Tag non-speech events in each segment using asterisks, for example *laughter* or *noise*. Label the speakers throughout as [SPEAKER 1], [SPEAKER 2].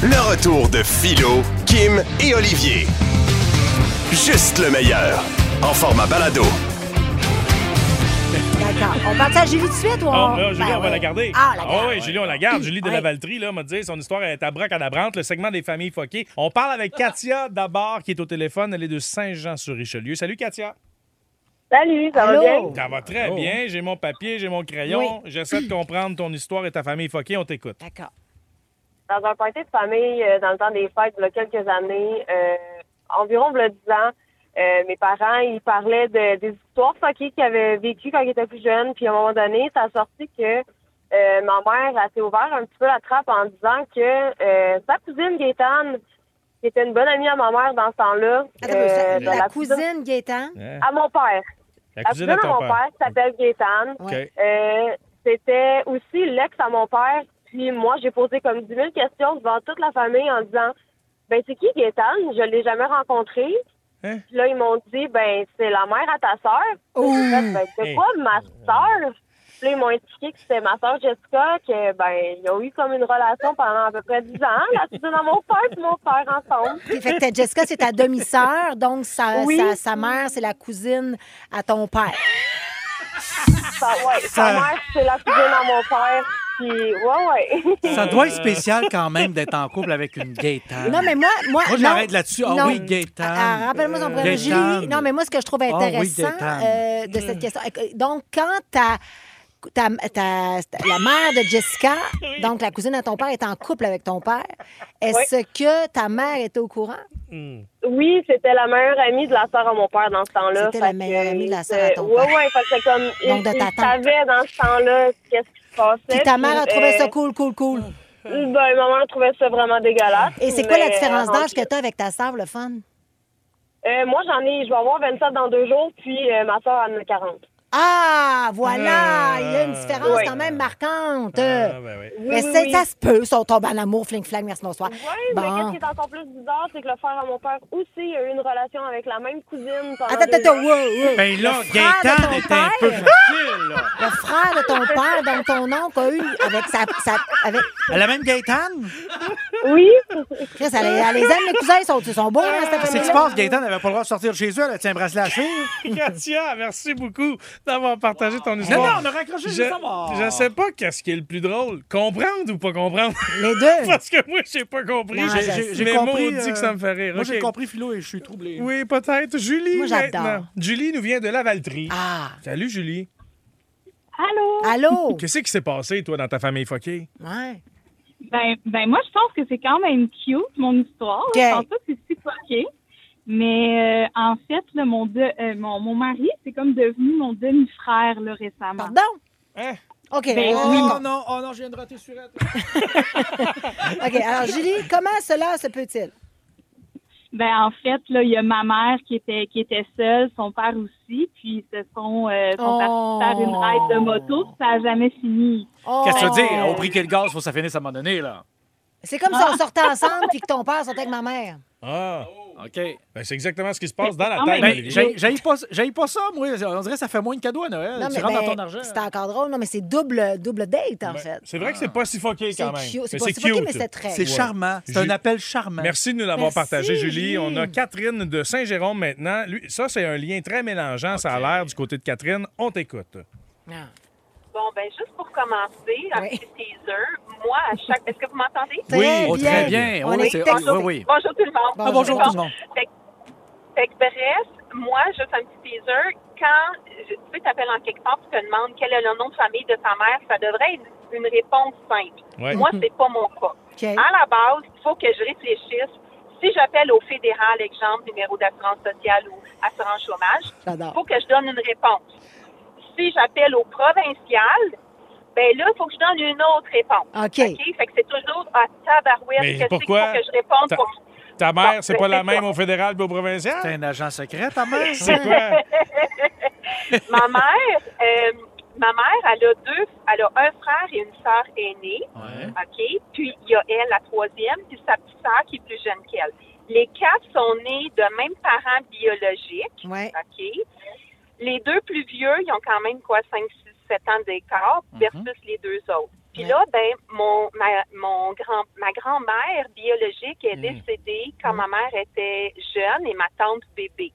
[SPEAKER 1] Le retour de Philo, Kim et Olivier. Juste le meilleur. En format balado.
[SPEAKER 2] D'accord. On partage à Julie tout de suite ou on...
[SPEAKER 3] Ah, là, Julie,
[SPEAKER 2] Ben
[SPEAKER 3] on va
[SPEAKER 2] ouais.
[SPEAKER 3] la garder.
[SPEAKER 2] Ah, la garde.
[SPEAKER 3] oui, Julie, on la garde. Julie de
[SPEAKER 2] Ouais.
[SPEAKER 3] la Valtrie, là, m'a dit, son histoire est à brac à la brante, le segment des familles foquées. On parle avec Katia d'abord, qui est au téléphone. Elle est de Saint-Jean-sur-Richelieu. Salut, Katia.
[SPEAKER 4] Salut, ça
[SPEAKER 2] Allô?
[SPEAKER 4] va bien?
[SPEAKER 3] Ça va très bien. J'ai mon papier, j'ai mon crayon. J'essaie de comprendre ton histoire et ta famille foquée. On t'écoute.
[SPEAKER 2] D'accord.
[SPEAKER 4] Dans un party de famille, euh, dans le temps des fêtes, il y a quelques années, euh, environ il y a 10 ans, euh, mes parents, ils parlaient de- des histoires fuckées qu'ils avaient vécues quand ils étaient plus jeunes. Puis à un moment donné, ça a sorti que euh, ma mère, elle s'est ouvert un petit peu la trappe en disant que euh, sa cousine Gaétane, qui était une bonne amie à ma mère dans ce temps-là,
[SPEAKER 2] Attends,
[SPEAKER 4] euh,
[SPEAKER 2] ça-
[SPEAKER 4] dans
[SPEAKER 2] la, cousine Gaétan.
[SPEAKER 3] Hein?
[SPEAKER 4] à mon père.
[SPEAKER 3] La
[SPEAKER 4] La cousine à mon père, s'appelle Gaétane.
[SPEAKER 3] OK.
[SPEAKER 4] Euh, c'était aussi l'ex à mon père. Puis moi, j'ai posé comme 10 000 questions devant toute la famille en disant Ben, c'est qui Gaétane Je l'ai jamais rencontré.
[SPEAKER 3] Hein?
[SPEAKER 4] Puis là, ils m'ont dit Ben, c'est la mère à ta sœur.
[SPEAKER 2] Oh!
[SPEAKER 4] J'ai fait, Ben, c'est
[SPEAKER 3] Hey.
[SPEAKER 4] quoi ma sœur Puis là, ils m'ont expliqué que c'était ma sœur Jessica, que, ben, ils ont eu comme une relation pendant à peu près 10 ans, la cousine à mon père et mon père ensemble.
[SPEAKER 2] Fait que ta- Jessica, c'est ta demi-sœur, donc sa,
[SPEAKER 4] Oui.
[SPEAKER 2] sa, sa mère, c'est la cousine à ton père.
[SPEAKER 4] Sa, ouais, sa mère, c'est la cousine à mon père. Puis, ouais, ouais.
[SPEAKER 5] Ça doit être spécial quand même d'être en couple avec une Gaëtan.
[SPEAKER 2] Non, mais moi. Moi,
[SPEAKER 5] Moi,
[SPEAKER 2] non.
[SPEAKER 5] j'arrête là-dessus. Ah
[SPEAKER 2] Non.
[SPEAKER 5] oui, Gaëtan.
[SPEAKER 2] Ah, ah, Rappelle-moi son prénom.
[SPEAKER 5] Gaétan. Ah
[SPEAKER 2] Julie. Non, mais moi, ce que je trouve
[SPEAKER 5] oui,
[SPEAKER 2] intéressant
[SPEAKER 5] Gaétan.
[SPEAKER 2] euh, de cette question. Donc, quand ta, ta- ta- ta- la mère de Jessica, donc la cousine à ton père, est en couple avec ton père, est-ce que ta mère était au courant?
[SPEAKER 4] Oui, c'était la meilleure amie de la sœur à mon père dans ce temps-là.
[SPEAKER 2] C'était la
[SPEAKER 4] Fait que,
[SPEAKER 2] meilleure amie de la
[SPEAKER 4] euh,
[SPEAKER 2] sœur à ton
[SPEAKER 4] ouais,
[SPEAKER 2] père.
[SPEAKER 4] Ouais, fait que
[SPEAKER 2] *laughs*
[SPEAKER 4] c'est comme,
[SPEAKER 2] Donc,
[SPEAKER 4] il,
[SPEAKER 2] de ta
[SPEAKER 4] il
[SPEAKER 2] tante.
[SPEAKER 4] savait dans ce temps-là qu'est-ce qui se passait. euh,
[SPEAKER 2] Puis ta mère a trouvé ça cool, cool, cool.
[SPEAKER 4] Ben, maman trouvait ça vraiment dégueulasse.
[SPEAKER 2] Et c'est quoi la
[SPEAKER 4] mais,
[SPEAKER 2] différence
[SPEAKER 4] euh,
[SPEAKER 2] d'âge que tu as avec ta sœur, le fun?
[SPEAKER 4] euh, Moi, j'en ai, je vais avoir 27 dans deux jours, puis euh, ma sœur en a 40.
[SPEAKER 2] Ah, voilà! Il y a une différence
[SPEAKER 4] Ouais.
[SPEAKER 2] quand même marquante.
[SPEAKER 3] Ah, ben oui.
[SPEAKER 4] Oui,
[SPEAKER 2] mais
[SPEAKER 4] oui,
[SPEAKER 2] c'est-
[SPEAKER 4] oui.
[SPEAKER 2] ça se peut, si on tombe en amour, fling-flang, merci, bonsoir.
[SPEAKER 4] Oui, mais qu'est-ce qui est encore plus bizarre, c'est que le frère à mon père aussi a eu une relation avec la même cousine pendant
[SPEAKER 2] Attends,
[SPEAKER 4] deux
[SPEAKER 2] attends,
[SPEAKER 4] ans.
[SPEAKER 2] wow, wow.
[SPEAKER 5] Ben là,
[SPEAKER 2] Le frère de
[SPEAKER 5] Gaëtan
[SPEAKER 2] ton
[SPEAKER 5] était un
[SPEAKER 2] père.
[SPEAKER 5] peu Ah! facile.
[SPEAKER 2] *laughs*
[SPEAKER 5] là.
[SPEAKER 2] Le frère de ton père, donc ton oncle, a eu avec sa. sa avec...
[SPEAKER 5] Elle a même Gaëtan.
[SPEAKER 4] Oui,
[SPEAKER 2] Chris, elle, elle les aime, les cousins, ils sont, ils sont beaux, hein, cette
[SPEAKER 5] Qu'est-ce qui se
[SPEAKER 2] famille-là.
[SPEAKER 5] passe? Gaëtan n'avait pas le droit de sortir de chez eux. Elle a un bracelet à la cheville.
[SPEAKER 3] Katia, merci beaucoup d'avoir partagé ton
[SPEAKER 5] Non, non,
[SPEAKER 3] histoire.
[SPEAKER 5] on a raccroché
[SPEAKER 3] Je,
[SPEAKER 5] les savoir.
[SPEAKER 3] je sais pas qu'est-ce qui est le plus drôle, comprendre ou pas comprendre.
[SPEAKER 2] Les
[SPEAKER 5] *laughs*
[SPEAKER 2] deux. Ah,
[SPEAKER 3] Parce que moi, j'ai pas compris.
[SPEAKER 2] Non, je-
[SPEAKER 5] J'ai j'ai
[SPEAKER 3] Mais
[SPEAKER 5] compris.
[SPEAKER 3] maudit
[SPEAKER 5] euh,
[SPEAKER 3] que ça me fait rire.
[SPEAKER 5] Moi, j'ai
[SPEAKER 3] OK.
[SPEAKER 5] compris Philo et je suis troublé.
[SPEAKER 3] Oui, peut-être. Julie,
[SPEAKER 2] Moi, j'adore.
[SPEAKER 3] maintenant. Julie nous vient de la Valtrie.
[SPEAKER 2] Ah!
[SPEAKER 3] Salut, Julie.
[SPEAKER 4] allô?
[SPEAKER 5] *laughs*
[SPEAKER 2] Allô?
[SPEAKER 3] Qu'est-ce qui s'est passé, toi, dans ta famille foquée?
[SPEAKER 2] Ouais.
[SPEAKER 6] Ben, ben moi, je pense que c'est quand même cute, mon histoire.
[SPEAKER 2] OK.
[SPEAKER 6] Je pense pas que c'est si fucké. Mais euh, en fait, là, mon, de- euh, mon, mon mari, c'est comme devenu mon demi-frère là, récemment.
[SPEAKER 2] Pardon?
[SPEAKER 3] Hein?
[SPEAKER 2] OK.
[SPEAKER 6] Ben
[SPEAKER 2] on-
[SPEAKER 6] oui.
[SPEAKER 5] Oh non, oh non, je viens de rater sur elle.
[SPEAKER 2] OK. Alors, Julie, comment cela se peut-il?
[SPEAKER 6] Ben, en fait, là, il y a ma mère qui était, qui était seule, son père aussi, puis ils se sont, euh, sont
[SPEAKER 2] Oh.
[SPEAKER 6] partis faire une ride de moto, puis ça n'a jamais fini.
[SPEAKER 2] Oh.
[SPEAKER 5] Qu'est-ce que tu veux dire? Au prix que le gaz, faut que ça finisse à un moment donné, là.
[SPEAKER 2] C'est comme si
[SPEAKER 5] Ah.
[SPEAKER 2] on sortait ensemble puis que ton père sortait avec ma mère.
[SPEAKER 3] Ah,
[SPEAKER 5] OK.
[SPEAKER 3] ben, c'est exactement ce qui se passe dans la
[SPEAKER 6] Ah,
[SPEAKER 3] tête
[SPEAKER 6] mais-
[SPEAKER 5] Ben,
[SPEAKER 3] d'Olivier.
[SPEAKER 5] j'ai- j'haïs pas, j'haïs pas ça, moi. On dirait que ça fait moins de cadeau à Noël. Ah, tu rentres dans
[SPEAKER 2] ben,
[SPEAKER 5] ton argent.
[SPEAKER 2] c'était encore drôle. Non, mais c'est double, double date, en
[SPEAKER 3] Ben,
[SPEAKER 2] fait.
[SPEAKER 3] c'est vrai que
[SPEAKER 5] Ah.
[SPEAKER 3] c'est pas si foqué, quand même.
[SPEAKER 2] cute. C'est
[SPEAKER 3] Mais
[SPEAKER 2] pas
[SPEAKER 3] c'est
[SPEAKER 2] si fucké, mais
[SPEAKER 3] cute.
[SPEAKER 2] c'est très.
[SPEAKER 5] C'est charmant. C'est un
[SPEAKER 3] Ju-
[SPEAKER 5] appel charmant.
[SPEAKER 3] Merci de nous l'avoir
[SPEAKER 2] Merci,
[SPEAKER 3] partagé, Julie.
[SPEAKER 2] Julie.
[SPEAKER 3] On a Catherine de Saint-Jérôme maintenant. Lui, ça, c'est un lien très mélangeant, ça a l'air, du côté de Catherine. On t'écoute.
[SPEAKER 2] Ah.
[SPEAKER 7] *laughs* Bon, ben juste pour commencer, un
[SPEAKER 2] Oui.
[SPEAKER 7] petit teaser. Moi, à chaque... Est-ce que vous m'entendez?
[SPEAKER 2] Très
[SPEAKER 5] Oh,
[SPEAKER 2] bien.
[SPEAKER 5] très bien.
[SPEAKER 2] On
[SPEAKER 5] Oui,
[SPEAKER 2] est
[SPEAKER 5] c'est-
[SPEAKER 2] texté.
[SPEAKER 5] oui, oui.
[SPEAKER 7] Bonjour tout le monde.
[SPEAKER 5] Ah, bonjour tout le monde.
[SPEAKER 7] Fait que, bref, moi, juste un petit teaser. Quand je- tu sais, t'appelles en quelque part, tu te demandes quel est le nom de famille de ta mère, ça devrait être une réponse simple.
[SPEAKER 3] Ouais.
[SPEAKER 7] Moi, c'est pas mon cas.
[SPEAKER 2] OK.
[SPEAKER 7] À la base, il faut que je réfléchisse. Si j'appelle au fédéral, exemple, numéro d'assurance sociale ou assurance chômage, il
[SPEAKER 2] J'adore.
[SPEAKER 7] faut que je donne une réponse. Si j'appelle au provincial, ben là, il faut que je donne une autre réponse.
[SPEAKER 2] OK.
[SPEAKER 7] OK? Fait que c'est toujours à tabarouette
[SPEAKER 3] Mais
[SPEAKER 7] que c'est qu'il faut
[SPEAKER 3] pourquoi?
[SPEAKER 7] que je réponde
[SPEAKER 3] Ta-
[SPEAKER 7] pour...
[SPEAKER 3] Ta mère, c'est
[SPEAKER 7] ben,
[SPEAKER 3] pas la
[SPEAKER 7] c'est
[SPEAKER 3] même
[SPEAKER 7] ça.
[SPEAKER 3] au fédéral puis au provincial?
[SPEAKER 5] T'es un agent secret, ta mère?
[SPEAKER 3] C'est quoi?
[SPEAKER 7] ma mère, euh, ma mère, elle a deux, elle a un frère et une sœur aînée,
[SPEAKER 5] Ouais.
[SPEAKER 7] ok. Puis il y a elle, la troisième, puis sa petite sœur qui est plus jeune qu'elle. Les quatre sont nés de même parents biologiques,
[SPEAKER 2] Ouais.
[SPEAKER 7] ok.
[SPEAKER 3] Mhm.
[SPEAKER 7] Les deux plus vieux, ils ont quand même quoi, 5, 6, 7 ans d'écart versus les deux autres. Puis Puis là, ben, mon, ma, mon grand, ma grand-mère biologique est
[SPEAKER 3] Mm.
[SPEAKER 7] décédée quand ma mère était jeune et ma tante bébé.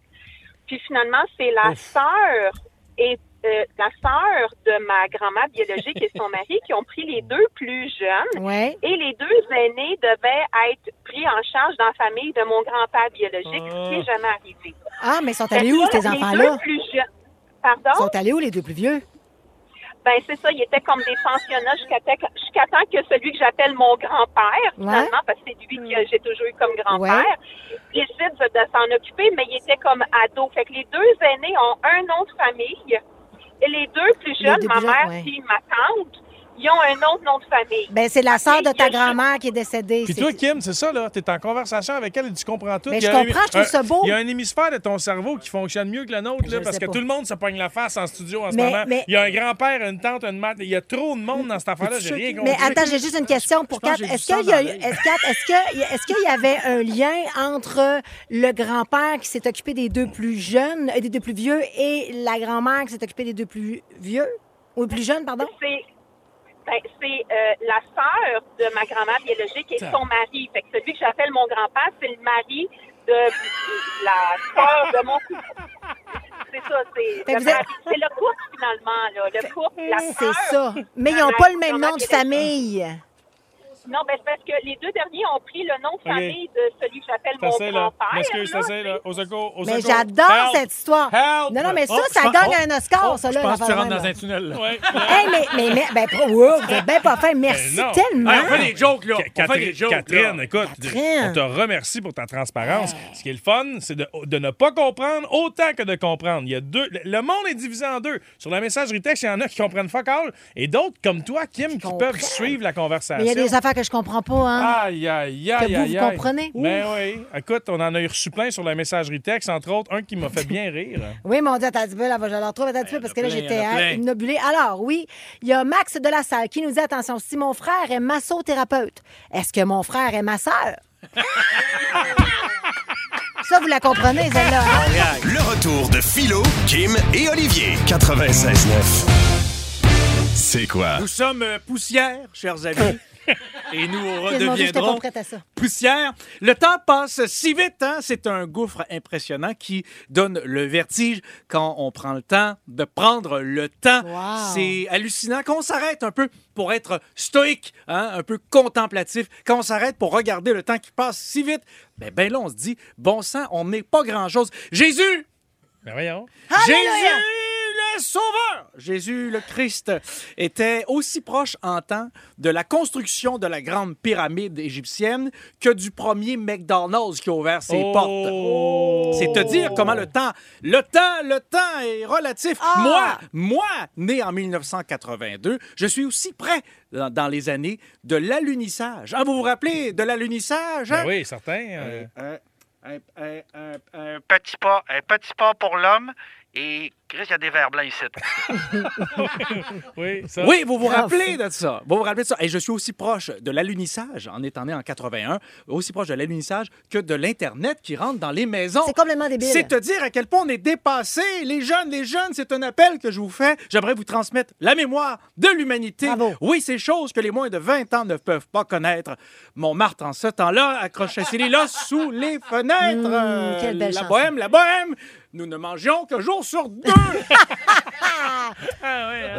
[SPEAKER 7] Puis finalement, c'est la
[SPEAKER 3] Ouf.
[SPEAKER 7] sœur et euh, la sœur de ma grand-mère biologique et
[SPEAKER 3] *laughs*
[SPEAKER 7] son mari qui ont pris les
[SPEAKER 3] Mm.
[SPEAKER 7] deux plus jeunes.
[SPEAKER 2] Oui.
[SPEAKER 7] Et les deux aînés devaient être pris en charge dans la famille de mon grand-père biologique, ce
[SPEAKER 3] Oh.
[SPEAKER 7] qui n'est jamais arrivé.
[SPEAKER 2] Ah, mais ils sont
[SPEAKER 7] Fait
[SPEAKER 2] allés
[SPEAKER 7] que
[SPEAKER 2] où,
[SPEAKER 7] là,
[SPEAKER 2] ces
[SPEAKER 7] Ben, les
[SPEAKER 2] enfants-là?
[SPEAKER 7] deux plus jeunes-
[SPEAKER 2] Ils
[SPEAKER 7] Pardon?
[SPEAKER 2] sont allés où, les deux plus vieux?
[SPEAKER 7] Ben c'est ça, il était comme des pensionnats jusqu'à te- jusqu'à temps que celui que j'appelle mon grand-père, finalement, parce que c'est lui que j'ai toujours eu comme grand-père, décide de s'en occuper, mais il était comme ado. Fait que les deux aînés ont un nom de famille, et les deux plus
[SPEAKER 2] Les
[SPEAKER 7] jeunes,
[SPEAKER 2] deux
[SPEAKER 7] ma
[SPEAKER 2] plus jeunes,
[SPEAKER 7] mère
[SPEAKER 2] ouais.
[SPEAKER 7] et ma tante, ils ont un autre nom de famille.
[SPEAKER 2] Ben, c'est la sœur de
[SPEAKER 7] Il y
[SPEAKER 2] ta
[SPEAKER 7] a-
[SPEAKER 2] grand-mère qui est décédée.
[SPEAKER 3] Puis
[SPEAKER 2] C'est-
[SPEAKER 3] toi, Kim, c'est ça, là. T'es en conversation avec elle et tu comprends tout.
[SPEAKER 2] Mais
[SPEAKER 3] Il y
[SPEAKER 2] je
[SPEAKER 3] a un-
[SPEAKER 2] comprends, je trouve
[SPEAKER 3] un-
[SPEAKER 2] ça beau.
[SPEAKER 3] Il y a un hémisphère de ton cerveau qui fonctionne mieux que le nôtre,
[SPEAKER 2] Je
[SPEAKER 3] là, parce
[SPEAKER 2] sais
[SPEAKER 3] que
[SPEAKER 2] pas.
[SPEAKER 3] tout le monde se pogne la face en studio en ce
[SPEAKER 2] Mais-
[SPEAKER 3] moment.
[SPEAKER 2] mais-
[SPEAKER 3] Il y a un grand-père, une tante, une mère. Il y a trop de monde dans cette affaire-là. J'ai rien compris.
[SPEAKER 2] Mais attends, j'ai juste une question pour
[SPEAKER 5] pense
[SPEAKER 2] Kat.
[SPEAKER 5] que j'ai du
[SPEAKER 2] Est-ce
[SPEAKER 5] sang
[SPEAKER 2] qu'il y, a
[SPEAKER 5] dans
[SPEAKER 2] eu- est-ce, Kat, est-ce que- est-ce qu'il y avait un lien entre le grand-père qui s'est occupé des deux plus jeunes, euh, des deux plus vieux, et la grand-mère qui s'est occupée des deux plus vieux? Ou plus jeunes, pardon?
[SPEAKER 7] C'est ben, c'est euh, la sœur de ma grand-mère biologique et son mari. Fait que celui que j'appelle mon grand-père, c'est le mari de la sœur de mon cousin.
[SPEAKER 2] *laughs*
[SPEAKER 7] C'est ça,
[SPEAKER 2] Fait
[SPEAKER 7] c'est
[SPEAKER 2] que
[SPEAKER 7] le
[SPEAKER 2] vous êtes-
[SPEAKER 7] mari. C'est le couple finalement, là. Le couple, la
[SPEAKER 2] Ah,
[SPEAKER 7] sœur.
[SPEAKER 2] C'est ça. Mais ils
[SPEAKER 7] de
[SPEAKER 2] n'ont
[SPEAKER 7] ma
[SPEAKER 2] pas le même
[SPEAKER 7] grand-mère
[SPEAKER 2] nom de
[SPEAKER 7] biologique.
[SPEAKER 2] famille.
[SPEAKER 7] Non, ben c'est parce que les deux derniers ont pris le nom de
[SPEAKER 3] Ok.
[SPEAKER 7] famille de celui que j'appelle mon
[SPEAKER 3] T'essayes, là.
[SPEAKER 7] grand-père.
[SPEAKER 3] M'excuse,
[SPEAKER 7] là.
[SPEAKER 3] t'essayes, là. Au secours, au
[SPEAKER 2] Mais
[SPEAKER 3] secours.
[SPEAKER 2] j'adore
[SPEAKER 3] Help!
[SPEAKER 2] cette histoire.
[SPEAKER 3] Help!
[SPEAKER 2] Non, non, mais ça,
[SPEAKER 5] Oh,
[SPEAKER 2] ça
[SPEAKER 5] je pense-
[SPEAKER 2] gagne un Oscar,
[SPEAKER 5] Oh,
[SPEAKER 2] Ah, ça,
[SPEAKER 5] je
[SPEAKER 2] là.
[SPEAKER 5] pense que tu
[SPEAKER 2] l'affaire
[SPEAKER 5] rentres
[SPEAKER 2] même,
[SPEAKER 5] dans
[SPEAKER 2] là.
[SPEAKER 5] un tunnel, là.
[SPEAKER 3] Ouais.
[SPEAKER 2] Hey, mais, mais, mais, ben, pro- wow, vous êtes bien pas fin. Merci
[SPEAKER 5] Ben
[SPEAKER 3] non.
[SPEAKER 2] tellement.
[SPEAKER 5] Hey, on fait des jokes, là. On fait
[SPEAKER 3] Catherine,
[SPEAKER 5] des jokes. là.
[SPEAKER 3] Catherine, écoute,
[SPEAKER 2] Catherine.
[SPEAKER 3] on te remercie pour ta transparence. Ce qui est le fun, c'est de, de ne pas comprendre autant que de comprendre. Il y a deux, le- le monde est divisé en deux. Sur la messagerie texte, il y en a qui comprennent fuck all et d'autres comme toi, Kim, qui, peuvent
[SPEAKER 2] comprennent.
[SPEAKER 3] suivre la
[SPEAKER 2] Mais il y a
[SPEAKER 3] conversation.
[SPEAKER 2] des affaires que je comprends pas,
[SPEAKER 5] Ah.
[SPEAKER 2] hein.
[SPEAKER 3] Aïe, aïe, aïe,
[SPEAKER 2] Que vous, vous
[SPEAKER 3] aïe, aïe.
[SPEAKER 2] comprenez.
[SPEAKER 3] Ben oui. Écoute, on en a eu reçu plein sur la messagerie texte, entre autres, un qui m'a fait bien rire.
[SPEAKER 2] Oui, mon Dieu, attends un petit peu, là, je la retrouve attends un petit peu, parce que là,
[SPEAKER 5] plein,
[SPEAKER 2] j'étais
[SPEAKER 5] Ben, il y en a
[SPEAKER 2] hein,
[SPEAKER 5] plein.
[SPEAKER 2] inobulée. Alors, oui, il y a Max de la salle qui nous dit, attention, si mon frère est massothérapeute, est-ce que mon frère est ma
[SPEAKER 5] *laughs*
[SPEAKER 2] sœur? Ça, vous la comprenez, celle-là. hein?
[SPEAKER 1] Le retour de Philo, Kim et Olivier. 96.9. C'est quoi?
[SPEAKER 5] Nous sommes euh, poussière,
[SPEAKER 2] *laughs*
[SPEAKER 5] chers amis. Et nous
[SPEAKER 2] Mon Dieu, j'étais pas
[SPEAKER 5] redeviendrons
[SPEAKER 2] prête à ça.
[SPEAKER 5] poussière. Le temps passe si vite, hein? c'est un gouffre impressionnant qui donne le vertige quand on prend le temps de prendre le temps.
[SPEAKER 2] Wow.
[SPEAKER 5] C'est hallucinant quand on s'arrête un peu pour être stoïque, hein, un peu contemplatif, quand on s'arrête pour regarder le temps qui passe si vite, ben, ben là on se dit, bon sang, on n'est pas grand-chose. Jésus,
[SPEAKER 3] Ben voyons.
[SPEAKER 5] Jésus le Sauveur, Jésus le Christ, était aussi proche en temps de la construction de la grande pyramide égyptienne que du premier McDonald's qui a ouvert ses
[SPEAKER 3] Oh.
[SPEAKER 5] portes. C'est te dire comment le temps, le temps, le temps est relatif. Moi, moi, né en 1982, je suis aussi près dans, dans les années de l'alunissage. Ah, vous vous rappelez de l'alunissage? hein?
[SPEAKER 2] Oh!
[SPEAKER 3] Ben oui, certain. euh,
[SPEAKER 8] un, un- un- un- un petit pas, un petit pas pour l'homme et Chris, il y a des verres blancs ici.
[SPEAKER 3] oui, ça.
[SPEAKER 5] Oui, vous vous
[SPEAKER 2] Grave.
[SPEAKER 5] rappelez de ça. Vous vous rappelez de ça. Et je suis aussi proche de l'alunissage, en étant né en 81, aussi proche de l'alunissage que de l'Internet qui rentre dans les maisons.
[SPEAKER 2] C'est complètement débile.
[SPEAKER 5] C'est te dire à quel point on est dépassé. Les jeunes, les jeunes, c'est un appel que je vous fais. J'aimerais vous transmettre la mémoire de l'humanité.
[SPEAKER 2] Bravo.
[SPEAKER 5] Oui, ces choses que les moins de 20 ans ne peuvent pas connaître. Montmartre, en ce temps-là, accrochait ses là *laughs* sous les fenêtres.
[SPEAKER 2] Mmh, quelle belle
[SPEAKER 5] la
[SPEAKER 2] chanson.
[SPEAKER 5] bohème, la bohème. Nous ne mangeons qu'un jour sur deux.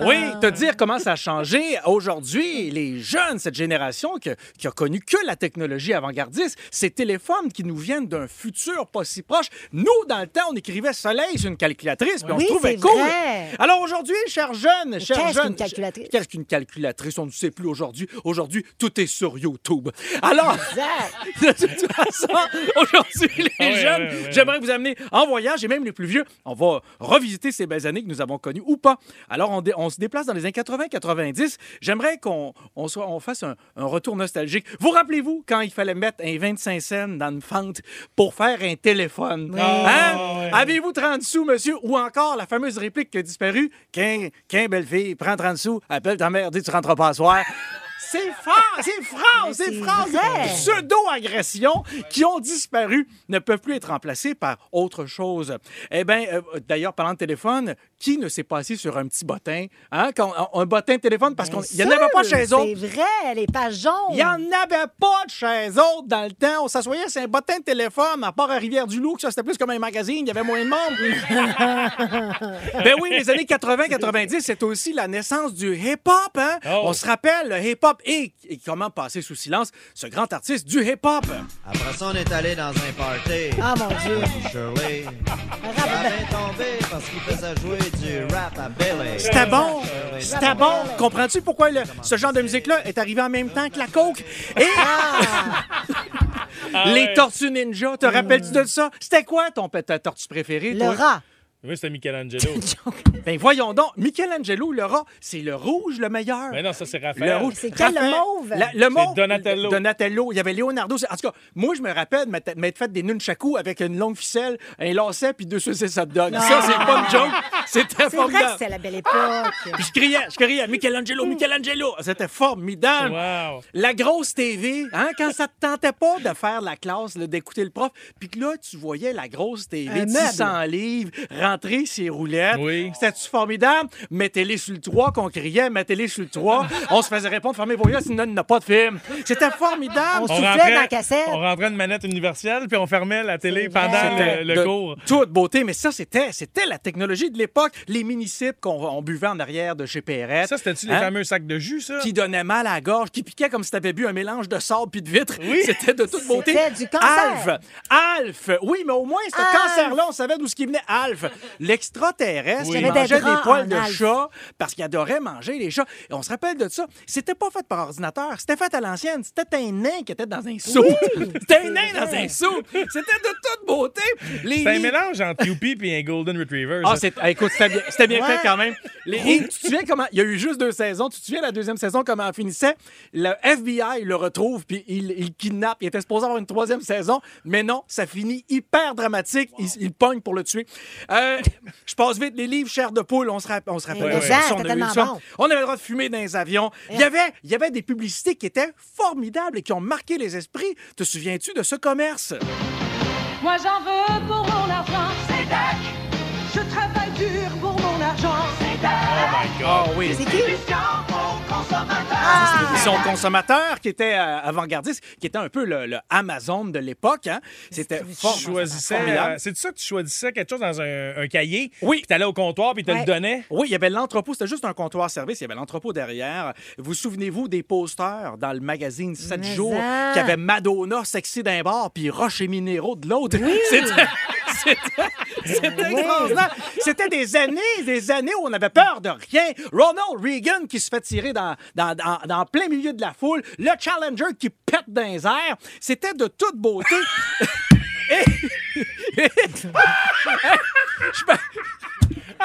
[SPEAKER 5] Oui, te dire comment ça a changé. Aujourd'hui, les jeunes, cette génération que- qui a connu que la technologie avant-gardiste, ces téléphones qui nous viennent d'un futur pas si proche. Nous, dans le temps, on écrivait soleil sur une calculatrice, puis on
[SPEAKER 2] Oui,
[SPEAKER 5] se trouvait
[SPEAKER 2] c'est
[SPEAKER 5] cool.
[SPEAKER 2] vrai.
[SPEAKER 5] Alors aujourd'hui, chers jeunes, chers
[SPEAKER 2] qu'est-ce
[SPEAKER 5] jeunes,
[SPEAKER 2] qu'une calculatrice?
[SPEAKER 5] Qu'est-ce qu'une calculatrice? On ne sait plus aujourd'hui. Aujourd'hui, tout est sur YouTube.
[SPEAKER 2] *laughs*
[SPEAKER 5] Alors,
[SPEAKER 2] Exact.
[SPEAKER 5] de toute façon, aujourd'hui, les
[SPEAKER 3] Ah oui,
[SPEAKER 5] jeunes,
[SPEAKER 3] oui, oui, oui.
[SPEAKER 5] j'aimerais vous amener en voyage et même les plus vieux. On va revisiter ces belles années que nous avons connues ou pas. Alors, on, dé- on se déplace dans les années 80-90. J'aimerais qu'on on soit- on fasse un, un retour nostalgique. Vous rappelez-vous quand il fallait mettre un 25 cents dans une fente pour faire un téléphone? Hein?
[SPEAKER 3] Ah, ouais.
[SPEAKER 5] Avez-vous 30 sous, monsieur? Ou encore la fameuse réplique qui a disparu? Qu'un qu'un belle fille, prends 30 sous, appelle ta mère, dis tu rentres pas à soir. C'est fra- c'est France,
[SPEAKER 2] Mais
[SPEAKER 5] c'est
[SPEAKER 2] c'est
[SPEAKER 5] France
[SPEAKER 2] vrai.
[SPEAKER 5] pseudo-agressions qui ont disparu ne peuvent plus être remplacées par autre chose. Eh bien, euh, d'ailleurs, parlant de téléphone, qui ne s'est passé sur un petit bottin? Hein? quand- un- un bottin de téléphone parce
[SPEAKER 2] Bien
[SPEAKER 5] qu'il n'y en avait pas
[SPEAKER 2] sûr,
[SPEAKER 5] chez eux.
[SPEAKER 2] C'est vrai, les pages jaunes.
[SPEAKER 5] Il n'y en avait pas de chez autres dans le temps. On s'assoyait sur un bottin de téléphone, à part à Rivière-du-Loup, que ça, c'était plus comme un magazine, il y avait moins de monde. ben oui, les années 80-90, c'est aussi la naissance du hip-hop. hein.
[SPEAKER 3] Oh.
[SPEAKER 5] On se rappelle le hip-hop et, et comment passer sous silence ce grand artiste du hip-hop.
[SPEAKER 9] Après ça, on est allé dans un party.
[SPEAKER 2] Ah, mon Dieu.
[SPEAKER 9] Shirley. Ça a bien tombé parce qu'il faisait jouer du rap à Billy.
[SPEAKER 5] C'était bon! C'était bon! Comprends-tu pourquoi le- ce genre de musique-là est arrivé en même temps que la coke? Et *laughs* les Tortues Ninja, te rappelles-tu de ça? C'était quoi ton pet- ta tortue préférée?
[SPEAKER 2] Le
[SPEAKER 5] toi?
[SPEAKER 2] rat.
[SPEAKER 3] Oui, c'était
[SPEAKER 2] *laughs*
[SPEAKER 3] Michelangelo.
[SPEAKER 5] Ben voyons donc, Michelangelo, le rat, c'est le rouge le meilleur.
[SPEAKER 3] Mais Ben non, ça, c'est Raphaël.
[SPEAKER 5] Le rouge.
[SPEAKER 2] C'est quel, le
[SPEAKER 5] Raphaël.
[SPEAKER 2] mauve?
[SPEAKER 5] La- le mauve.
[SPEAKER 3] Donatello.
[SPEAKER 5] Donatello. Il y avait Leonardo. C'est- En tout cas, moi, je me rappelle m'être m'être fait des nunchakus avec une longue ficelle, un lacet, puis deux saucisses hot dog. Ça, c'est pas une joke. C'était
[SPEAKER 2] C'est vrai que
[SPEAKER 5] formidable.
[SPEAKER 2] c'est la belle époque.
[SPEAKER 5] Puis je criais, je criais, Michelangelo, Michelangelo. C'était formidable.
[SPEAKER 3] Wow.
[SPEAKER 5] La grosse TV, hein, quand ça te tentait pas de faire la classe, là, d'écouter le prof, puis que là, tu voyais la grosse TV,
[SPEAKER 2] Un
[SPEAKER 5] 600 livres, rentrer ses roulettes.
[SPEAKER 3] Oui.
[SPEAKER 5] C'était-tu formidable? Mettez-les sur le 3 qu'on criait, mettez-les sur
[SPEAKER 3] *laughs*
[SPEAKER 5] le 3. on se faisait répondre, fermez vos yeux, sinon il n'y en a pas de film. C'était formidable.
[SPEAKER 2] On Soufflait dans la cassette.
[SPEAKER 3] on rentrait une manette universelle, puis on fermait la télé
[SPEAKER 2] C'est vrai.
[SPEAKER 3] pendant
[SPEAKER 5] C'était
[SPEAKER 3] le, le
[SPEAKER 5] de
[SPEAKER 3] cours.
[SPEAKER 5] Toute beauté, mais ça, c'était, c'était la technologie de l'époque. Les municipes qu'on on buvait en arrière de chez Perrette.
[SPEAKER 3] Ça, c'était-tu les
[SPEAKER 5] Hein?
[SPEAKER 3] fameux sacs de jus, ça?
[SPEAKER 5] qui donnait mal à la gorge, qui piquait comme si t'avais bu un mélange de sable puis de vitre. *laughs* C'était de toute beauté.
[SPEAKER 2] C'était du cancer.
[SPEAKER 5] Alf. Alf. Oui, mais au moins, ce
[SPEAKER 2] Alf.
[SPEAKER 5] cancer-là, on savait d'où ce qui venait. Alf. L'extraterrestre
[SPEAKER 2] Oui.
[SPEAKER 5] qui
[SPEAKER 2] Il y avait des
[SPEAKER 5] mangeait des,
[SPEAKER 2] draps
[SPEAKER 5] poils
[SPEAKER 2] en
[SPEAKER 5] de
[SPEAKER 2] Alf.
[SPEAKER 5] chat parce qu'il adorait manger les chats. Et on se rappelle de ça. C'était pas fait par ordinateur. C'était fait à l'ancienne. C'était un nain qui était dans un seau. *laughs* C'était un nain dans un seau. C'était de toute beauté. Les
[SPEAKER 3] C'était un
[SPEAKER 5] lits-
[SPEAKER 3] mélange entre Youpi et un Golden Retriever.
[SPEAKER 5] ah,
[SPEAKER 3] ça.
[SPEAKER 5] c'est- ah, écoute, c'était bien, c'était bien
[SPEAKER 2] Ouais.
[SPEAKER 5] fait quand même. Les- et tu te souviens comment. Il y a eu juste deux saisons. Tu te souviens la deuxième saison, comment elle finissait? Le FBI le retrouve, puis il, il kidnappe. Il était supposé avoir une troisième saison, mais non, ça finit hyper dramatique. Il, il pogne pour le tuer. Euh, je passe vite les livres, chair de poule, on se, rapp- on se rappelle.
[SPEAKER 2] Mais
[SPEAKER 5] de
[SPEAKER 3] le
[SPEAKER 5] ça,
[SPEAKER 2] genre,
[SPEAKER 5] on,
[SPEAKER 2] c'était
[SPEAKER 5] a eu
[SPEAKER 2] tellement
[SPEAKER 5] ça.
[SPEAKER 2] bon.
[SPEAKER 5] on avait le droit de fumer dans les avions. Il y, avait, il y avait des publicités qui étaient formidables et qui ont marqué les esprits. Te souviens-tu de ce commerce?
[SPEAKER 10] Moi j'en veux pour mon argent, c'est dac. Je travaille dur pour mon argent, c'est
[SPEAKER 3] Oh
[SPEAKER 10] dac.
[SPEAKER 3] my God.
[SPEAKER 5] Ah oui,
[SPEAKER 2] C'est qui?
[SPEAKER 5] son consommateur qui était euh, avant-gardiste, qui était un peu le, le Amazon de l'époque. hein. C'était fort.
[SPEAKER 3] Tu choisissais.
[SPEAKER 5] formidable.
[SPEAKER 3] euh, C'est ça que tu choisissais quelque chose dans un, un cahier?
[SPEAKER 5] Oui.
[SPEAKER 3] Puis t'allais au comptoir, puis tu
[SPEAKER 2] Ouais.
[SPEAKER 3] le donnais?
[SPEAKER 5] Oui, il y avait l'entrepôt, c'était juste un comptoir service, il y avait l'entrepôt derrière. Vous souvenez-vous des posters dans le magazine 7
[SPEAKER 2] Mais
[SPEAKER 5] jours
[SPEAKER 2] en.
[SPEAKER 5] qui avait Madonna sexy d'un bord puis Roche et Minéraux de l'autre? *laughs* C'était- C'était c'était extraordinaire. C'était des années, des années où on avait peur de rien. Ronald Reagan qui se fait tirer dans, dans, dans, dans plein milieu de la foule. Le Challenger qui pète dans les airs. C'était de toute beauté. *laughs* Et- *laughs* Je me-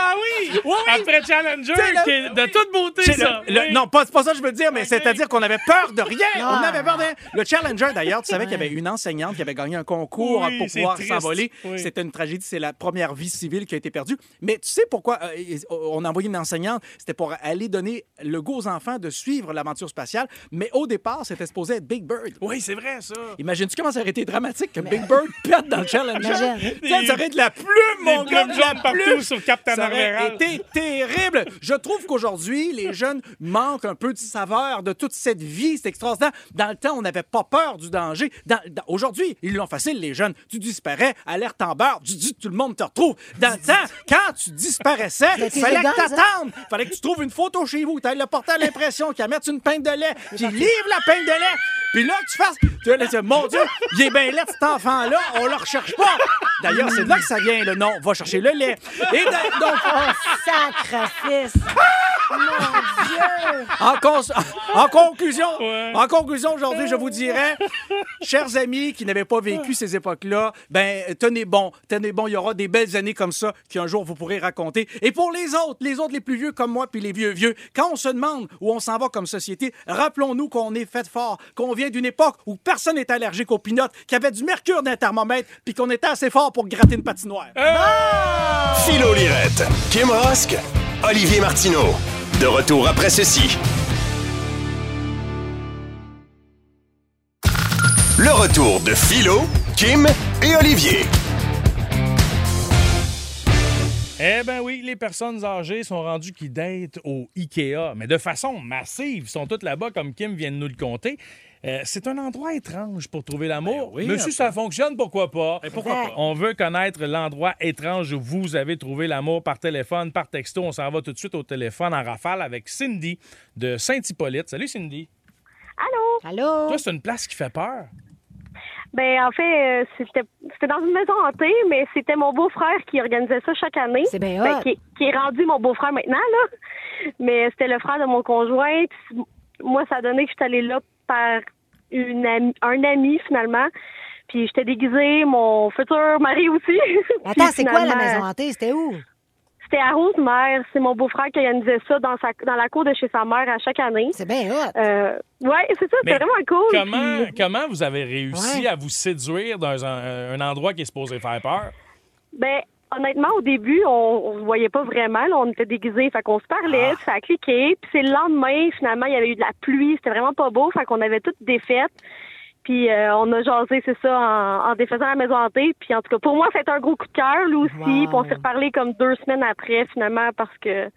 [SPEAKER 3] Ah oui! Après Challenger,
[SPEAKER 5] C'est le-
[SPEAKER 3] qui est de toute beauté,
[SPEAKER 5] C'est
[SPEAKER 3] ça.
[SPEAKER 5] le- le-
[SPEAKER 3] Oui.
[SPEAKER 5] Non, pas, c'est pas ça que je veux dire, mais
[SPEAKER 3] Ok.
[SPEAKER 5] c'est-à-dire qu'on avait peur de rien.
[SPEAKER 2] Ah.
[SPEAKER 5] On avait peur de rien. Le Challenger, d'ailleurs, tu savais qu'il y avait une enseignante qui avait gagné un concours
[SPEAKER 3] Oui,
[SPEAKER 5] pour
[SPEAKER 3] c'est
[SPEAKER 5] pouvoir
[SPEAKER 3] triste.
[SPEAKER 5] s'envoler.
[SPEAKER 3] Oui.
[SPEAKER 5] C'était une tragédie. C'est la première vie civile qui a été perdue. Mais tu sais pourquoi euh, ils- on a envoyé une enseignante? C'était pour aller donner le goût aux enfants de suivre l'aventure spatiale. Mais au départ, c'était supposé être Big Bird.
[SPEAKER 3] Oui, c'est vrai, ça.
[SPEAKER 5] Imagine-tu comment ça aurait été dramatique que Big Bird pète dans le Challenger?
[SPEAKER 2] Imagine.
[SPEAKER 5] Tiens, ça aurait de la plume, mon
[SPEAKER 3] Des
[SPEAKER 5] gars!
[SPEAKER 3] plumes
[SPEAKER 5] de la
[SPEAKER 3] jaunes partout
[SPEAKER 5] plume.
[SPEAKER 3] sur Captain
[SPEAKER 5] Ça aurait
[SPEAKER 3] Marvel.
[SPEAKER 5] été terrible! Je trouve qu'aujourd'hui, les jeunes manquent un peu de saveur de toute cette vie. C'est extraordinaire. Dans le temps, on n'avait pas peur du danger. Dans- dans- Aujourd'hui, ils l'ont facile, les jeunes. Tu disparais, alerte en barre, tu dis tout le monde te retrouve. Dans le temps, quand tu disparaissais,
[SPEAKER 2] Mais t'es
[SPEAKER 5] fallait que
[SPEAKER 2] élégante, hein?
[SPEAKER 5] t'attendes. Fallait que tu trouves une photo chez vous. T'as le porter à l'impression qu'ils mettent une pinte de lait, qu'ils livrent la pinte de lait. Puis là, tu fasses. Tu vas laisser, mon Dieu, il est bien laid, cet enfant-là, on le recherche pas. D'ailleurs, c'est de là que ça vient, le nom. Va chercher le lait. Et de- donc,
[SPEAKER 2] Oh, sacrifice!
[SPEAKER 5] Ah!
[SPEAKER 2] Mon Dieu!
[SPEAKER 5] en, cons- en conclusion,
[SPEAKER 3] Ouais.
[SPEAKER 5] en conclusion aujourd'hui, je vous dirais, chers amis qui n'avaient pas vécu ces époques-là, ben tenez bon, tenez bon, il y aura des belles années comme ça qu'un jour vous pourrez raconter. Et pour les autres, les autres les plus vieux comme moi puis les vieux vieux, quand on se demande où on s'en va comme société, rappelons-nous qu'on est fait fort, qu'on vient d'une époque où personne n'est allergique aux pinottes, qu'il y avait du mercure dans un thermomètre, puis qu'on était assez fort pour gratter une patinoire.
[SPEAKER 2] Ah!
[SPEAKER 3] Euh,
[SPEAKER 1] Philo Lirette, Kim Rosk, Olivier Martineau. De retour après ceci. Le retour de Philo, Kim et Olivier.
[SPEAKER 3] Eh ben oui, les personnes âgées sont rendues qui datent au IKEA, mais de façon massive. Ils sont toutes là-bas, comme Kim vient de nous le conter. Euh, c'est un endroit étrange pour trouver l'amour.
[SPEAKER 5] Ben oui, un
[SPEAKER 3] Monsieur,
[SPEAKER 5] peu. Ben,
[SPEAKER 3] ça fonctionne, pourquoi pas?
[SPEAKER 5] pourquoi pas?
[SPEAKER 3] On veut connaître l'endroit étrange où vous avez trouvé l'amour par téléphone, par texto. On s'en va tout de suite au téléphone en rafale avec Cindy de Saint-Hippolyte. Salut Cindy.
[SPEAKER 4] Allô?
[SPEAKER 2] Allô?
[SPEAKER 3] Toi, c'est une place qui fait peur.
[SPEAKER 4] Ben, en fait, euh, c'était c'était dans une maison hantée, mais c'était mon beau-frère qui organisait ça chaque année. C'est bien
[SPEAKER 2] hot.
[SPEAKER 4] qui, qui est rendu mon beau-frère maintenant, là. Mais c'était le frère de mon conjoint. Puis moi, ça a donné que j'étais allée là par une ami- un ami, finalement. Puis j'étais déguisée, mon futur mari aussi. *laughs* Puis
[SPEAKER 2] Attends, c'est quoi la
[SPEAKER 4] finalement,
[SPEAKER 2] maison hantée? C'était où?
[SPEAKER 4] C'était à Rosemère. C'est mon beau-frère qui organisait ça dans, sa, dans la cour de chez sa mère à chaque année. Euh,
[SPEAKER 2] C'est bien hot.
[SPEAKER 4] ouais, c'est ça.
[SPEAKER 3] Mais
[SPEAKER 4] C'était vraiment cool.
[SPEAKER 3] Comment,
[SPEAKER 4] Puis-
[SPEAKER 3] comment vous avez réussi
[SPEAKER 4] Ouais.
[SPEAKER 3] à vous séduire dans un, un endroit qui est supposé faire peur?
[SPEAKER 4] Ben, honnêtement, au début, on, on se voyait pas vraiment. là. on était déguisés. Fait qu'on se parlait, ça a cliqué. Puis c'est le lendemain, finalement, il y avait eu de la pluie. C'était vraiment pas beau. Fait qu'on avait toutes défaites. Puis euh, on a jasé, c'est ça, en, en défaisant la maison hantée. Puis en tout cas, pour moi, c'était un gros coup de cœur, lui aussi. Puis on s'est reparlé comme deux semaines après, finalement, parce que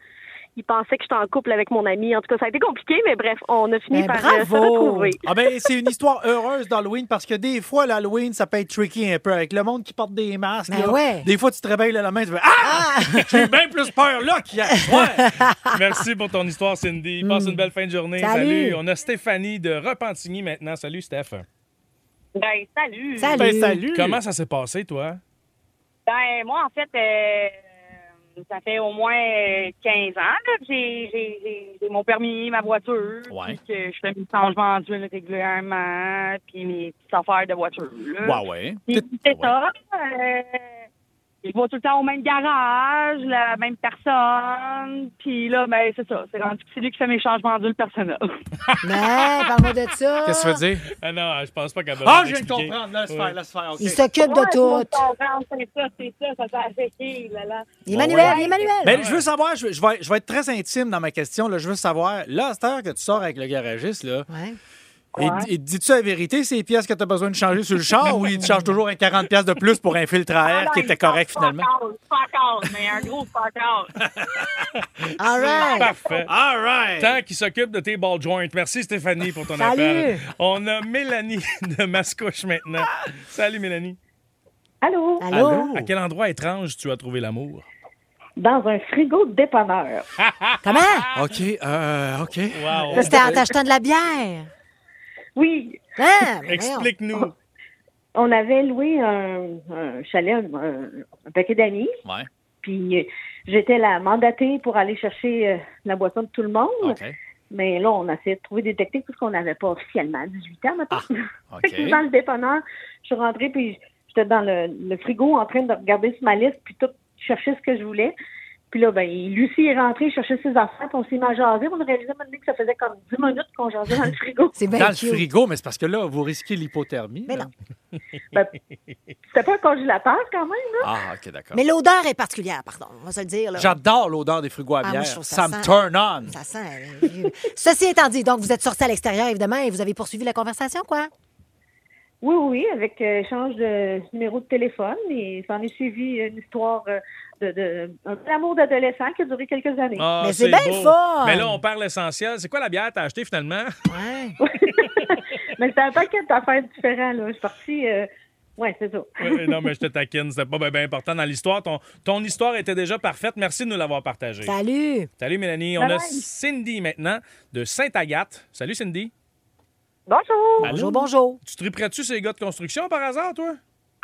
[SPEAKER 4] il pensait que j'étais en couple avec mon ami. En tout cas, ça a été compliqué, mais bref, on a fini par euh, se retrouver.
[SPEAKER 5] Ah ben, c'est une histoire heureuse d'Halloween parce que des fois, l'Halloween, ça peut être tricky un peu avec le monde qui porte des masques.
[SPEAKER 3] Ben
[SPEAKER 5] là.
[SPEAKER 3] ouais.
[SPEAKER 5] Des fois, tu te réveilles le lendemain, tu fais Ah! J'ai bien plus peur là qu'hier. Ouais!
[SPEAKER 3] Merci pour ton histoire, Cindy. Passe une belle fin de journée.
[SPEAKER 5] Salut.
[SPEAKER 3] On a Stéphanie de Repentigny maintenant. Salut, Steph.
[SPEAKER 7] Ben,
[SPEAKER 5] Euh,
[SPEAKER 7] salut.
[SPEAKER 2] *laughs*
[SPEAKER 3] Comment ça s'est passé, toi?
[SPEAKER 7] Ben, moi, en fait, euh, ça fait au moins euh, 15 ans là, que j'ai- j'ai j'ai- j'ai mon permis, ma voiture, puis que je fais mes changements d'huile régulièrement, puis mes petites affaires de voiture. là.
[SPEAKER 5] Ouais, ouais.
[SPEAKER 7] Puis C'est ça. euh, je vais tout le temps au même garage, la même personne, puis là, ben, c'est ça. C'est rendu que c'est lui qui fait mes changements d'huile personnels.
[SPEAKER 2] Mais parle-moi de ça.
[SPEAKER 5] dire?
[SPEAKER 3] Ah non, je pense pas qu'elle
[SPEAKER 5] Ah, je viens de comprendre. Laisse faire, laisse faire.
[SPEAKER 2] Il s'occupe de
[SPEAKER 7] Ouais,
[SPEAKER 2] tout.
[SPEAKER 7] C'est ça, c'est ça, ça s'est affiché, là, là.
[SPEAKER 2] Emmanuel, Emmanuel.
[SPEAKER 5] Mais Ben, je veux savoir, je, je vais, je vais être très intime dans ma question. Là, je veux savoir, là, à cette heure que tu sors avec le garagiste, là,
[SPEAKER 2] Ouais.
[SPEAKER 5] et, et dis-tu la vérité, ces pièces que tu as besoin de changer sur le char ou il te charge toujours un 40$ pièces de plus pour un filtre à
[SPEAKER 7] Ah,
[SPEAKER 5] air qui était correct finalement?
[SPEAKER 7] Fuck all, fuck all, mais un gros fuck all.
[SPEAKER 2] All right.
[SPEAKER 3] Parfait.
[SPEAKER 5] All right.
[SPEAKER 3] Tant qu'il s'occupe de tes ball joints. Merci, Stéphanie, pour ton
[SPEAKER 2] Salut.
[SPEAKER 3] appel. On a Mélanie *laughs* de Mascouche maintenant. Salut, Mélanie.
[SPEAKER 6] Allô?
[SPEAKER 5] Oh.
[SPEAKER 3] À quel endroit étrange tu as trouvé l'amour?
[SPEAKER 6] Dans un frigo de dépanneur.
[SPEAKER 2] Comment?
[SPEAKER 5] OK, euh, OK.
[SPEAKER 2] Là, C'était en t'achetant de la bière. Ah, ben
[SPEAKER 6] Oui.
[SPEAKER 3] Explique-nous.
[SPEAKER 6] On avait loué un, un chalet, un, un paquet d'amis,
[SPEAKER 5] Ouais.
[SPEAKER 6] puis euh, j'étais la mandatée pour aller chercher euh, la boisson de tout le monde. Mais là, on a essayé de trouver des techniques parce qu'on n'avait pas officiellement 18 ans maintenant. *laughs* Fait que dans le dépanneur, je suis rentrée puis j'étais dans le, le frigo en train de regarder sur ma liste puis tout chercher ce que je voulais. Puis là, ben, Lucie est rentrée chercher ses affaires, puis on s'est mis à jaser. On a réalisé un moment donné que ça faisait comme 10 minutes qu'on jasait dans le frigo.
[SPEAKER 7] *laughs*
[SPEAKER 2] C'est
[SPEAKER 5] Dans le frigo, mais c'est parce que là, vous risquez l'hypothermie. là.
[SPEAKER 6] C'était pas un congélateur quand même, là.
[SPEAKER 5] Ah, OK, d'accord.
[SPEAKER 2] Mais l'odeur est particulière, pardon. On va se le dire. Là.
[SPEAKER 5] J'adore l'odeur des frigos à
[SPEAKER 2] Ah, moi,
[SPEAKER 5] bière.
[SPEAKER 2] je trouve
[SPEAKER 5] ça
[SPEAKER 2] ça
[SPEAKER 5] me
[SPEAKER 2] sent-
[SPEAKER 5] turn on.
[SPEAKER 2] Ça sent. euh, vieux. Ceci étant dit, donc vous êtes sortis à l'extérieur, évidemment, et vous avez poursuivi la conversation, quoi?
[SPEAKER 6] Oui, oui, avec euh, échange de numéro de téléphone. Et s'en est suivi une histoire euh, de, de un amour d'adolescent qui a duré quelques années.
[SPEAKER 3] Ah, beau.
[SPEAKER 6] fort.
[SPEAKER 3] Mais là, on perd l'essentiel. C'est quoi la bière que t'as achetée finalement?
[SPEAKER 6] Mais c'était un paquet d'affaires différents, là. Je suis partie. euh, Ouais, c'est ça.
[SPEAKER 3] Ouais, ouais, non, mais je te taquine. C'était pas bien important dans l'histoire. Ton, ton histoire était déjà parfaite. Merci de nous l'avoir partagée.
[SPEAKER 2] Salut.
[SPEAKER 3] Salut, Mélanie. On
[SPEAKER 2] Bye
[SPEAKER 3] a
[SPEAKER 2] bye.
[SPEAKER 3] Cindy maintenant de Sainte-Agathe. Salut, Cindy.
[SPEAKER 7] Bonjour.
[SPEAKER 3] Allô? Tu triperais-tu ces gars de construction par hasard, toi?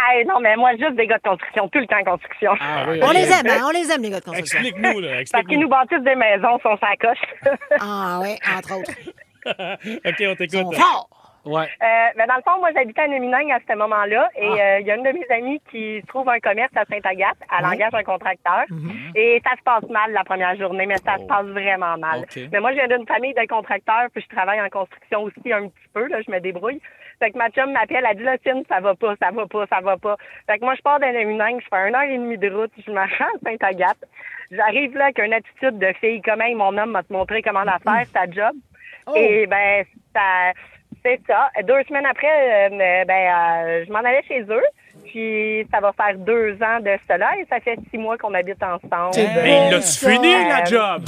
[SPEAKER 7] Hey, non, mais moi, juste des gars de construction, tout le temps construction.
[SPEAKER 3] oui, On ok. les aime, hein, on
[SPEAKER 2] les aime, les gars de construction.
[SPEAKER 3] Explique-nous, là,
[SPEAKER 7] Parce
[SPEAKER 3] explique-nous.
[SPEAKER 7] qu'ils nous bâtissent des maisons, sont sans coche.
[SPEAKER 2] ah, oui, entre autres.
[SPEAKER 3] OK, on t'écoute. Ouais.
[SPEAKER 7] Euh, mais dans le fond, moi, j'habitais à Nominang à ce moment-là et euh, il y a une de mes amies qui trouve un commerce à Sainte-Agathe. Elle
[SPEAKER 11] Ouais.
[SPEAKER 7] engage un contracteur et ça se passe mal la première journée, mais ça se passe vraiment mal.
[SPEAKER 11] Ok.
[SPEAKER 7] Mais moi, je viens d'une famille de contracteurs puis je travaille en construction aussi un petit peu. Là, je me débrouille. Fait que ma chum m'appelle, elle dit là, Cine, ça va pas, ça va pas, ça va pas. Fait que moi, je pars d'un Nominang, je fais un heure et demie de route, je me rends à Sainte-Agathe. J'arrive là avec une attitude de fille comme hey, mon homme m'a te montré comment la faire, ta job.
[SPEAKER 11] Oh.
[SPEAKER 7] Et ben, ça, c'est-
[SPEAKER 4] C'est ça. Deux semaines après, euh, ben, euh, je m'en allais chez eux. Puis ça va faire deux ans de cela et ça fait six mois qu'on habite ensemble.
[SPEAKER 5] Mais il l'a-tu fini, la
[SPEAKER 4] Euh,
[SPEAKER 5] job?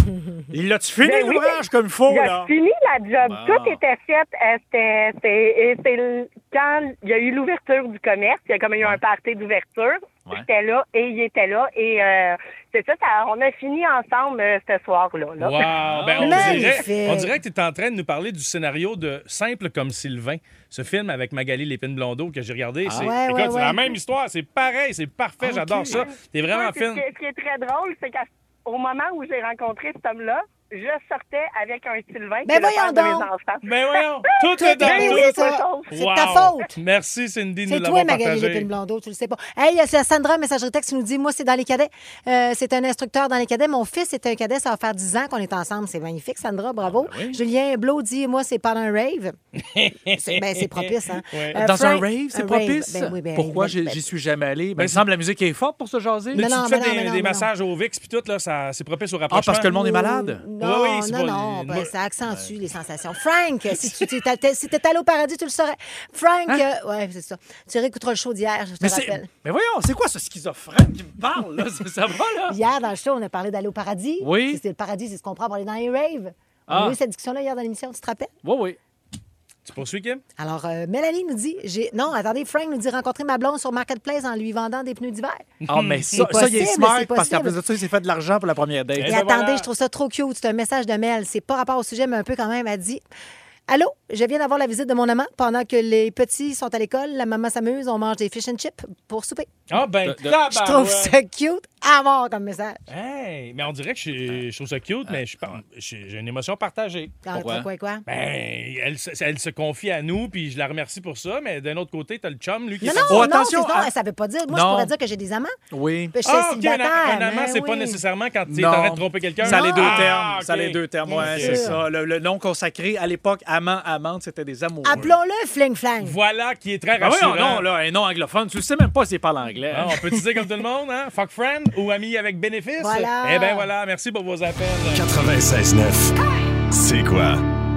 [SPEAKER 5] Il l'a-tu fini,
[SPEAKER 4] Ben oui.
[SPEAKER 5] l'ouvrage, comme il faut,
[SPEAKER 4] Il a
[SPEAKER 5] là?
[SPEAKER 4] fini la job.
[SPEAKER 5] Bon.
[SPEAKER 4] Tout était fait. Euh, c'était- c'est- et c'est le- quand il y a eu l'ouverture du commerce, il y a comme eu un party d'ouverture.
[SPEAKER 12] Ouais.
[SPEAKER 4] J'étais là et il était là. Et euh, c'est ça, ça- on a fini ensemble euh, ce soir-là. là.
[SPEAKER 2] Ah,
[SPEAKER 3] Wow! Ben, on, dirait, on dirait que tu es en train de nous parler du scénario de Simple comme Sylvain, ce film avec Magali Lépine-Blondeau que j'ai regardé.
[SPEAKER 4] Ah.
[SPEAKER 3] C'est
[SPEAKER 4] Ouais,
[SPEAKER 3] écoute,
[SPEAKER 4] ouais,
[SPEAKER 3] c'est
[SPEAKER 4] ouais.
[SPEAKER 3] la même histoire, c'est pareil, c'est parfait, j'adore ça. T'es vraiment
[SPEAKER 4] Ouais, c'est
[SPEAKER 3] fine.
[SPEAKER 4] Ce qui est, ce qui est très drôle, c'est qu'au moment où j'ai rencontré cet homme-là, je sortais avec un Sylvain
[SPEAKER 2] Ben
[SPEAKER 4] qui est le père
[SPEAKER 2] voyons
[SPEAKER 4] de mes
[SPEAKER 2] donc.
[SPEAKER 4] enfants.
[SPEAKER 3] Ben voyons, tout est dans
[SPEAKER 2] Ben oui,
[SPEAKER 3] tout.
[SPEAKER 2] c'est ça. C'est de ta
[SPEAKER 3] Wow.
[SPEAKER 2] faute.
[SPEAKER 3] Merci Cindy de
[SPEAKER 2] C'est toi,
[SPEAKER 3] nous l'avoir
[SPEAKER 2] Magali
[SPEAKER 3] partagé.
[SPEAKER 2] Lépine-Blondeau, tu le sais pas. Hey, il y a Sandra, messagerie texte, qui nous dit Moi, c'est dans les cadets. Euh, c'est un instructeur dans les cadets. Mon fils est un cadet, ça va faire 10 ans qu'on est ensemble. C'est magnifique, Sandra, bravo.
[SPEAKER 3] Ah,
[SPEAKER 2] Julien Blot dit Moi, c'est pendant un
[SPEAKER 3] *laughs*
[SPEAKER 2] rave. c'est ben, c'est propice, hein.
[SPEAKER 5] Ouais.
[SPEAKER 2] Euh,
[SPEAKER 5] Dans
[SPEAKER 2] Frank-
[SPEAKER 5] un rave, c'est
[SPEAKER 2] un
[SPEAKER 5] propice?
[SPEAKER 2] rave. Ben oui, ben,
[SPEAKER 5] Pourquoi
[SPEAKER 2] ben,
[SPEAKER 5] j'ai-
[SPEAKER 2] ben,
[SPEAKER 5] j'y suis jamais allé? Ben,
[SPEAKER 3] Ben,
[SPEAKER 5] il me semble que la musique est forte pour se jaser.
[SPEAKER 3] Là,
[SPEAKER 2] Non, non,
[SPEAKER 3] tu te
[SPEAKER 2] mais
[SPEAKER 3] fais
[SPEAKER 2] non, mais
[SPEAKER 3] des,
[SPEAKER 2] non,
[SPEAKER 3] des
[SPEAKER 2] mais non.
[SPEAKER 3] massages au VIX, puis tout, là, ça- c'est propice au rapprochement.
[SPEAKER 5] Ah, parce que le monde est malade?
[SPEAKER 2] Non,
[SPEAKER 3] Oui, oui, c'est
[SPEAKER 2] non,
[SPEAKER 3] pas-
[SPEAKER 2] non, ben,
[SPEAKER 3] moi-
[SPEAKER 2] ça accentue les sensations. Frank, si tu t'es- t'es- si t'étais allé au paradis, tu le saurais. Frank, euh, ouais, c'est ça. Tu réécouteras le show d'hier, je te
[SPEAKER 5] Hein? Mais, c'est-
[SPEAKER 2] rappelle.
[SPEAKER 5] mais voyons, c'est quoi ce schizophrène qui me parle, là? Ça- Ça va,
[SPEAKER 2] *laughs*
[SPEAKER 5] là?
[SPEAKER 2] Hier, dans le show, on a parlé d'aller au paradis.
[SPEAKER 5] Oui.
[SPEAKER 2] C'est- C'est le paradis, c'est ce qu'on prend pour aller dans les raves. On
[SPEAKER 3] Ah.
[SPEAKER 2] a eu cette discussion-là hier dans l'émission, tu te rappelles?
[SPEAKER 5] Oui, oui.
[SPEAKER 3] Tu poursuis, Kim?
[SPEAKER 2] Alors, euh, Mélanie nous dit, j'ai... non, attendez, Frank nous dit rencontrer ma blonde sur Marketplace en lui vendant des pneus d'hiver.
[SPEAKER 5] Ah, mais ça,
[SPEAKER 2] C'est
[SPEAKER 5] ça, il est
[SPEAKER 2] possible,
[SPEAKER 5] smart
[SPEAKER 2] c'est
[SPEAKER 5] parce qu'en plus
[SPEAKER 2] possible.
[SPEAKER 5] de ça, il s'est fait de l'argent pour la première date.
[SPEAKER 2] Et attendez, je trouve ça trop cute. C'est un message de Mel. C'est pas rapport au sujet, mais un peu quand même. Elle dit Allô, je viens d'avoir la visite de mon amant. Pendant que les petits sont à l'école, la maman s'amuse, on mange des fish and chips pour souper.
[SPEAKER 3] Ah, ben,
[SPEAKER 2] Je trouve ça cute à mort comme message.
[SPEAKER 3] Hey, mais on dirait que je, suis- je trouve ça cute, mais je suis pas- j'ai j'ai une émotion partagée.
[SPEAKER 2] Entre quoi et quoi?
[SPEAKER 3] Ben, elle, se- elle se confie à nous, puis je la remercie pour ça, mais d'un autre côté, t'as le chum, lui, qui
[SPEAKER 2] Non,
[SPEAKER 3] s'en-
[SPEAKER 2] non, non, c'est- non, ça veut pas dire. Moi, je
[SPEAKER 3] Oh, hein? Non.
[SPEAKER 2] pourrais dire que j'ai des amants.
[SPEAKER 5] Oui.
[SPEAKER 2] Ben, je suis
[SPEAKER 3] Ah, ok, un,
[SPEAKER 2] célibataire,
[SPEAKER 3] a- un
[SPEAKER 2] mais
[SPEAKER 3] amant, c'est pas
[SPEAKER 2] oui.
[SPEAKER 3] nécessairement quand t'es
[SPEAKER 5] Non.
[SPEAKER 3] en train de tromper quelqu'un.
[SPEAKER 5] Ça a les deux
[SPEAKER 3] Ah,
[SPEAKER 5] termes.
[SPEAKER 3] ok.
[SPEAKER 5] Ça a les deux termes, ouais,
[SPEAKER 3] Bien
[SPEAKER 5] c'est
[SPEAKER 3] sûr.
[SPEAKER 5] ça. Le, le nom consacré à l'époque, amant, amante, c'était des amoureux.
[SPEAKER 2] Appelons-le fling-flang.
[SPEAKER 3] Voilà qui est très
[SPEAKER 5] Ah oui,
[SPEAKER 3] rassurant.
[SPEAKER 5] non, là, un nom anglophone, tu sais même pas s'il parle anglais.
[SPEAKER 3] Ah, on peut te dire comme tout le monde, hein? Fuck friend ou ami avec bénéfice?
[SPEAKER 2] Voilà.
[SPEAKER 3] Eh ben voilà, merci pour vos appels.
[SPEAKER 1] 96.9. C'est quoi?